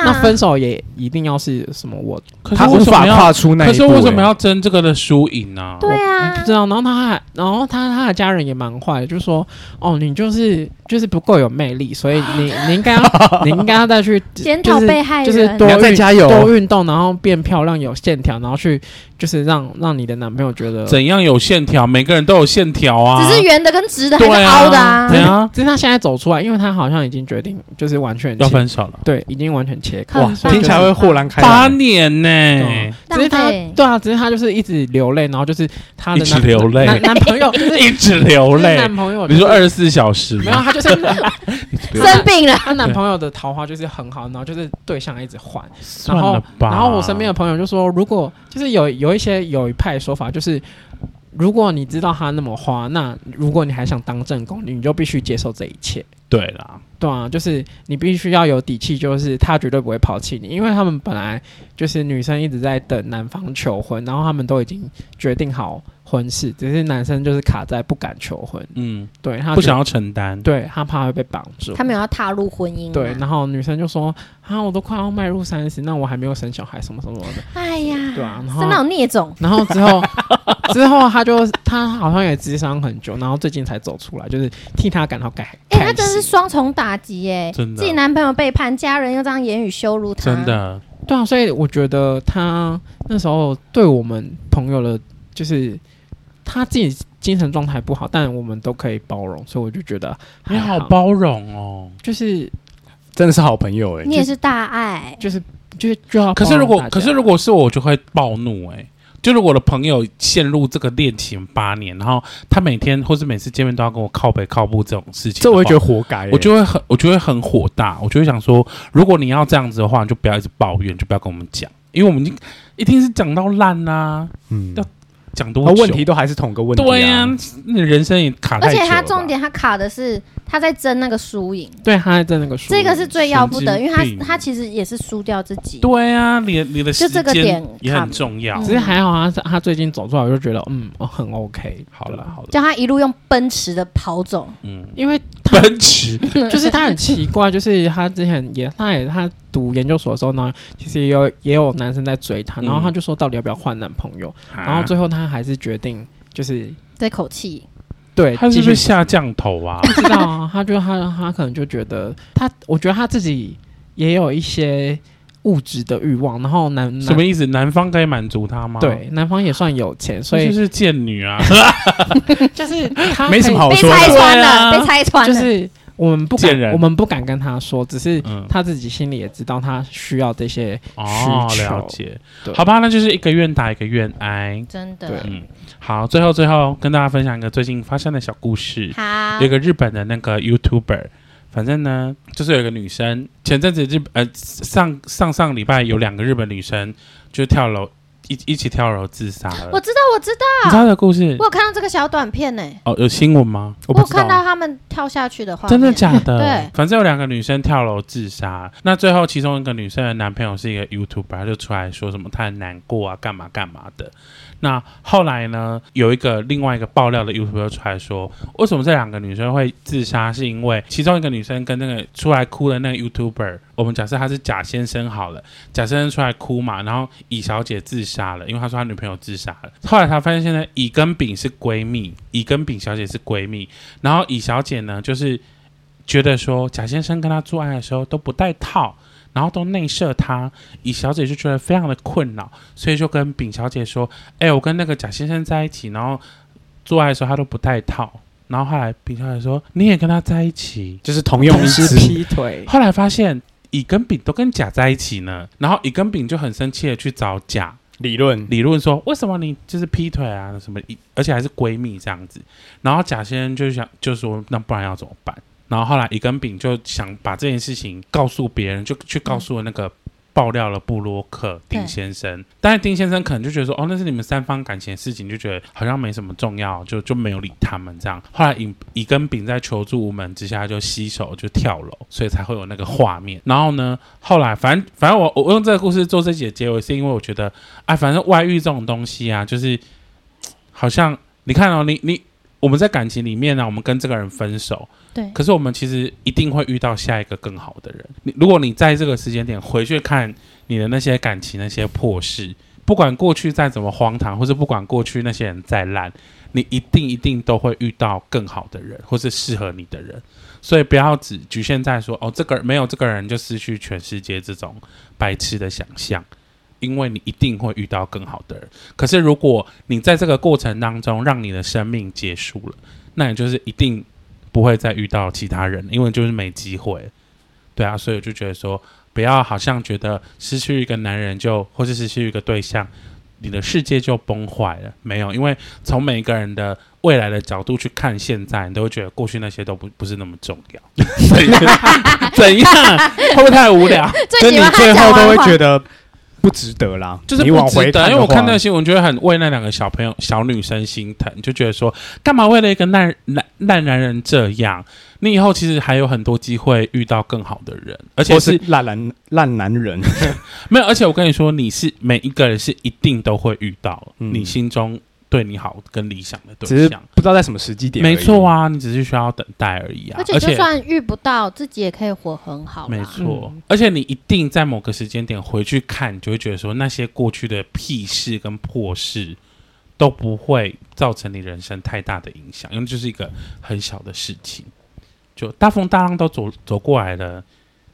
那
啊
分手也一定要是什么我
可是
他无
为什
法
么要？
跨出那一
可
步。
是为什么
哎
要争这个的输赢呢？
对
我
哎
啊
不，知道，然后他还，然后他他的家人也蛮坏的，就说哦，你就是就是不够有魅力，所以你你应该要你应该要再去
检讨被害人。啊
就是
你要
多
再
运
加油
多运动，然后变漂亮有线条，然后去就是让让你的男朋友觉得，
怎样有线条？每个人都有线条啊，
只是圆的跟直的还
对
是
啊，
凹的啊？
对啊，
只是他现在走出来，因为他好像已经决定，就是完全
要
切
分手了，
对，已经完全切开。
看
哇，
吧
听起来会豁然开
八
朗。
年呢、
嗯只是他
浪费
对啊，只是他就是一直流泪，然后就是他的
一直
男
流泪
男男 朋友就是
一直流
就是
泪。
男朋友
你
就是
说二十四小时
没有，
吗？
他就是
对啊
生病了，
她男朋友的桃花就是很好，然后就是对象一直换。
算
然后
了吧。
然后我身边的朋友就说，如果就是有有一些有一派说法，就是如果你知道他那么花，那如果你还想当正宫，你就必须接受这一切。
对啦，
对啊，就是你必须要有底气，就是他绝对不会抛弃你，因为他们本来就是女生一直在等男方求婚，然后他们都已经决定好婚事，只是男生就是卡在不敢求婚，
嗯，
对他
不
觉
想要承担。
啊对他怕会被绑住，
他们有要踏入婚姻。啊
对，，然后女生就说：“啊，我都快要迈入三十，那我还没有生小孩，什么什么的。
哎呀，
对啊然后
是那种孽种”。
然后之后， 之后他就他好像也智商很久，然后最近才走出来，就是替他感到开
哎、
开
那真是
心。
双重打击哎、
真的
自己男朋友背叛，家人又这样言语羞辱他，
真的，
对啊，所以我觉得他那时候对我们朋友的，就是他自己精神状态不好，但我们都可以包容，所以我就觉得
你
还
好，包容哦。
就是
真的是好朋友哎、
你也是大爱，
就是就是就要包容
可
大家。
是如果，可是如果是我，我就会暴怒哎、就如果我的朋友陷入这个恋情八年，然后他每天或是每次见面都要跟我靠北靠步这种事情，
这我会觉得
得。
活该欸、
我就会很，我就会很火大，我就会想说，如果你要这样子的话，你就不要一直抱怨，就不要跟我们讲，因为我们已经一定是讲到烂啦、
嗯，
要讲多
那
久？
问题都还是同个问
啊
题、啊
对
啊
呀、你人生也卡
而
太久
且
了吧
他重点他卡的是他在争那个输赢，
对他还在那个书
这个是最要不得，
神经
因为他
病
他其实也是输掉自己。
对啊，你的你的时
就这个
间
点
也
卡嗯
很重要。
只是还好他他最近走出来，我就觉得嗯，哦很 OK。
好了好了，
叫他一路用奔驰的跑走，
嗯，
因为
奔驰，
就是他很奇怪，就是他之前也，他也他读研究所的时候呢，其实也有也有男生在追她，
嗯
然后他就说到底要不要换男朋友，
啊
然后最后他还是决定就是
这口气
对，
他是
继
不是
续
下降头 啊？
不知道啊，他就他他可能就觉得他，我觉得他自己也有一些物质的欲望，然后男
什
男
么意思？男方该满足他吗？，
对男方也算有钱，所
所以就
以
是贱女 啊，
就是他
没什么好
被
说的
拆穿了，
哦对啊
被拆穿
就
了。
是我们不
贱
敢
人
我们不敢跟他说，只是
嗯
他自己心里也知道他需要这些
哦，
需求
了解，
对
好吧，那就是一个愿打一个愿挨。
真的
对
嗯，好，最后最后跟大家分享一个最近发生的小故事。
好
有一，个日本的那个 YouTuber，反正呢，就是有一个女生，前阵子日呃上上上礼拜有两个日本女生就跳楼一一起跳楼自杀了。
我知道，我知道，
你知道的故事
我有看到这个小短片呢、
哦？有新闻吗？
我
我不
有
知道
看。到他们跳下去的话，
真的假的？
对
反正有两个女生跳楼自杀，那最后其中一个女生的男朋友是一个 YouTuber，他就出来说什么他很难过啊，干嘛干嘛的。那后来呢，有一个另外一个爆料的 YouTuber 出来说，哦为什么这两个女生会自杀，是因为其中一个女生跟那个出来哭的那个 YouTuber，我们假设他是贾先生好了，贾先生出来哭嘛，然后乙小姐自杀了，因为她说她女朋友自杀了。后来她发现现在乙跟丙是闺蜜，乙跟丙小姐是闺蜜，然后乙小姐呢就是觉得说贾先生跟她做爱的时候都不戴套。然后都内射她，乙小姐就觉得非常的困扰，所以就跟丙小姐说：“哎、我跟那个贾先生在一起，然后做爱的时候他都不戴套。”然后后来丙小姐说：“你也跟他在一起？”
就是同用
同
一
时
词，
劈腿，
后来发现乙跟丙都跟甲在一起呢，然后乙跟丙就很生气的去找甲
理论
理论说，为什么你就是劈腿啊什么，而且还是闺蜜这样子。然后甲先生就想就说，那不然要怎么办？然后后来乙跟丙就想把这件事情告诉别人，就去告诉了那个。爆料了布洛克丁
对
先生，但是丁先生可能就觉得说，哦，那是你们三方感情的事情，就觉得好像没什么重要，就就没有理他们这样。后来乙乙跟丙在求助无门之下就洗手就跳楼，所以才会有那个画面。然后呢，后来反正反正我我用这个故事做这集的结尾，是因为我觉得啊，反正外遇这种东西啊，就是嘖好像你看哦，你你我们在感情里面呢、我们跟这个人分手，
对，
可是我们其实一定会遇到下一个更好的人。你如果你在这个时间点回去看你的那些感情那些破事，不管过去再怎么荒唐，或是不管过去那些人再烂，你一定一定都会遇到更好的人，或是适合你的人。所以不要只局限在说哦，这个没有这个人就失去全世界这种白痴的想象。因为你一定会遇到更好的人。可是如果你在这个过程当中让你的生命结束了，那你就是一定不会再遇到其他人，因为就是没机会。对啊，所以我就觉得说，不要好像觉得失去一个男人就，或是失去一个对象，你的世界就崩坏了。没有，因为从每一个人的未来的角度去看现在，你都会觉得过去那些都不不是那么重要。所以就怎样？ 会不会太无 聊？
就
最
你
喜欢他
最
讲
后都
完
会
话
觉得不值得啦，
就是
你
不
往
值
回
得，
看，
因为我看那个。新闻，就会很为那两个小朋友、小女生心疼，就觉得说，干嘛为了一个烂烂烂男人这样？你以后其实还有很多机会遇到更好的人，而且
或
是
是烂男烂男人，
没有，而且我跟你说，你是每一个人是一定都会遇到
嗯
你心中对你好跟理想的
只
对
是
象。
不知道在什么时机点。
没错，啊，你只是需要等待而已啊。
而且就算遇不到，自己也可以活很好啦。
没错，嗯而且你一定在某个时间点回去看，你就会觉得说那些过去的屁事跟破事都不会造成你人生太大的影响，因为就是一个很小的事情，就大风大浪都走走过来了。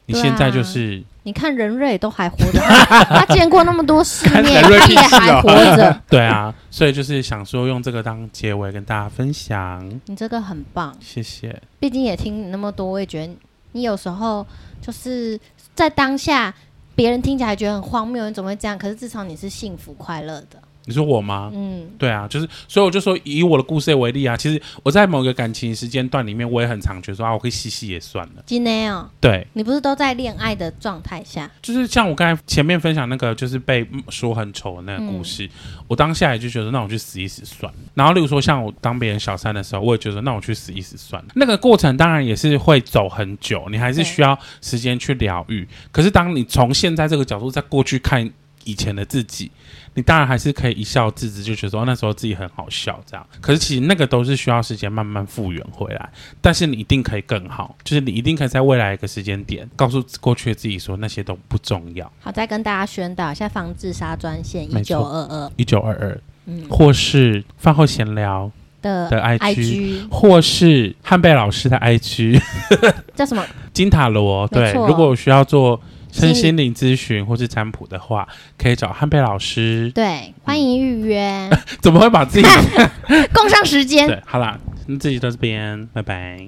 你
对啊
现在就是、
你看人类都还活着， 他见过那么多世面，
人类
他
屁
也
事啊
还活着，
对啊，所以就是想说用这个当结尾跟大家分享，
你这个很棒。
谢谢。
毕竟也听你那么多，我也觉得你有时候就是在当下，别人听起来觉得很荒谬，你怎么会这样？可是至少你是幸福快乐的，
你说我吗？
嗯，
对啊，就是，所以我就说，以我的故事为例啊，其实我在某个感情时间段里面，我也很常觉得说啊，我可以洗洗也算了。
今天哦，
对，
你不是都在恋爱的状态下，
就是像我刚才前面分享那个，就是被说很丑的那个故事，我当下也就觉得，那我去死一死算了。然后，例如说像我当别人小三的时候，我也觉得，那我去死一死算了。那个过程当然也是会走很久，你还是
对
需要时间去疗愈。可是，当你从现在这个角度再过去看以前的自己，你当然还是可以一笑置之，就觉得说哦那时候自己很好笑这样。可是其实那个都是需要时间慢慢复原回来，但是你一定可以更好，就是你一定可以在未来一个时间点告诉过去的自己说那些都不重要。
好，再跟大家宣导一下防自杀专线一
没
九
错
二二，
一九二二，
嗯
或是饭后闲聊
的
的 IG，,
IG
或是汉贝老师的 IG，
叫什么？
金塔罗。
没
对，
错
如果有需要做身
心
心灵咨询或是占卜的话，可以找汉贝老师。
对，欢迎预约，
怎么会把自己？
共上时间。
对，好啦，那自己到这边，拜拜。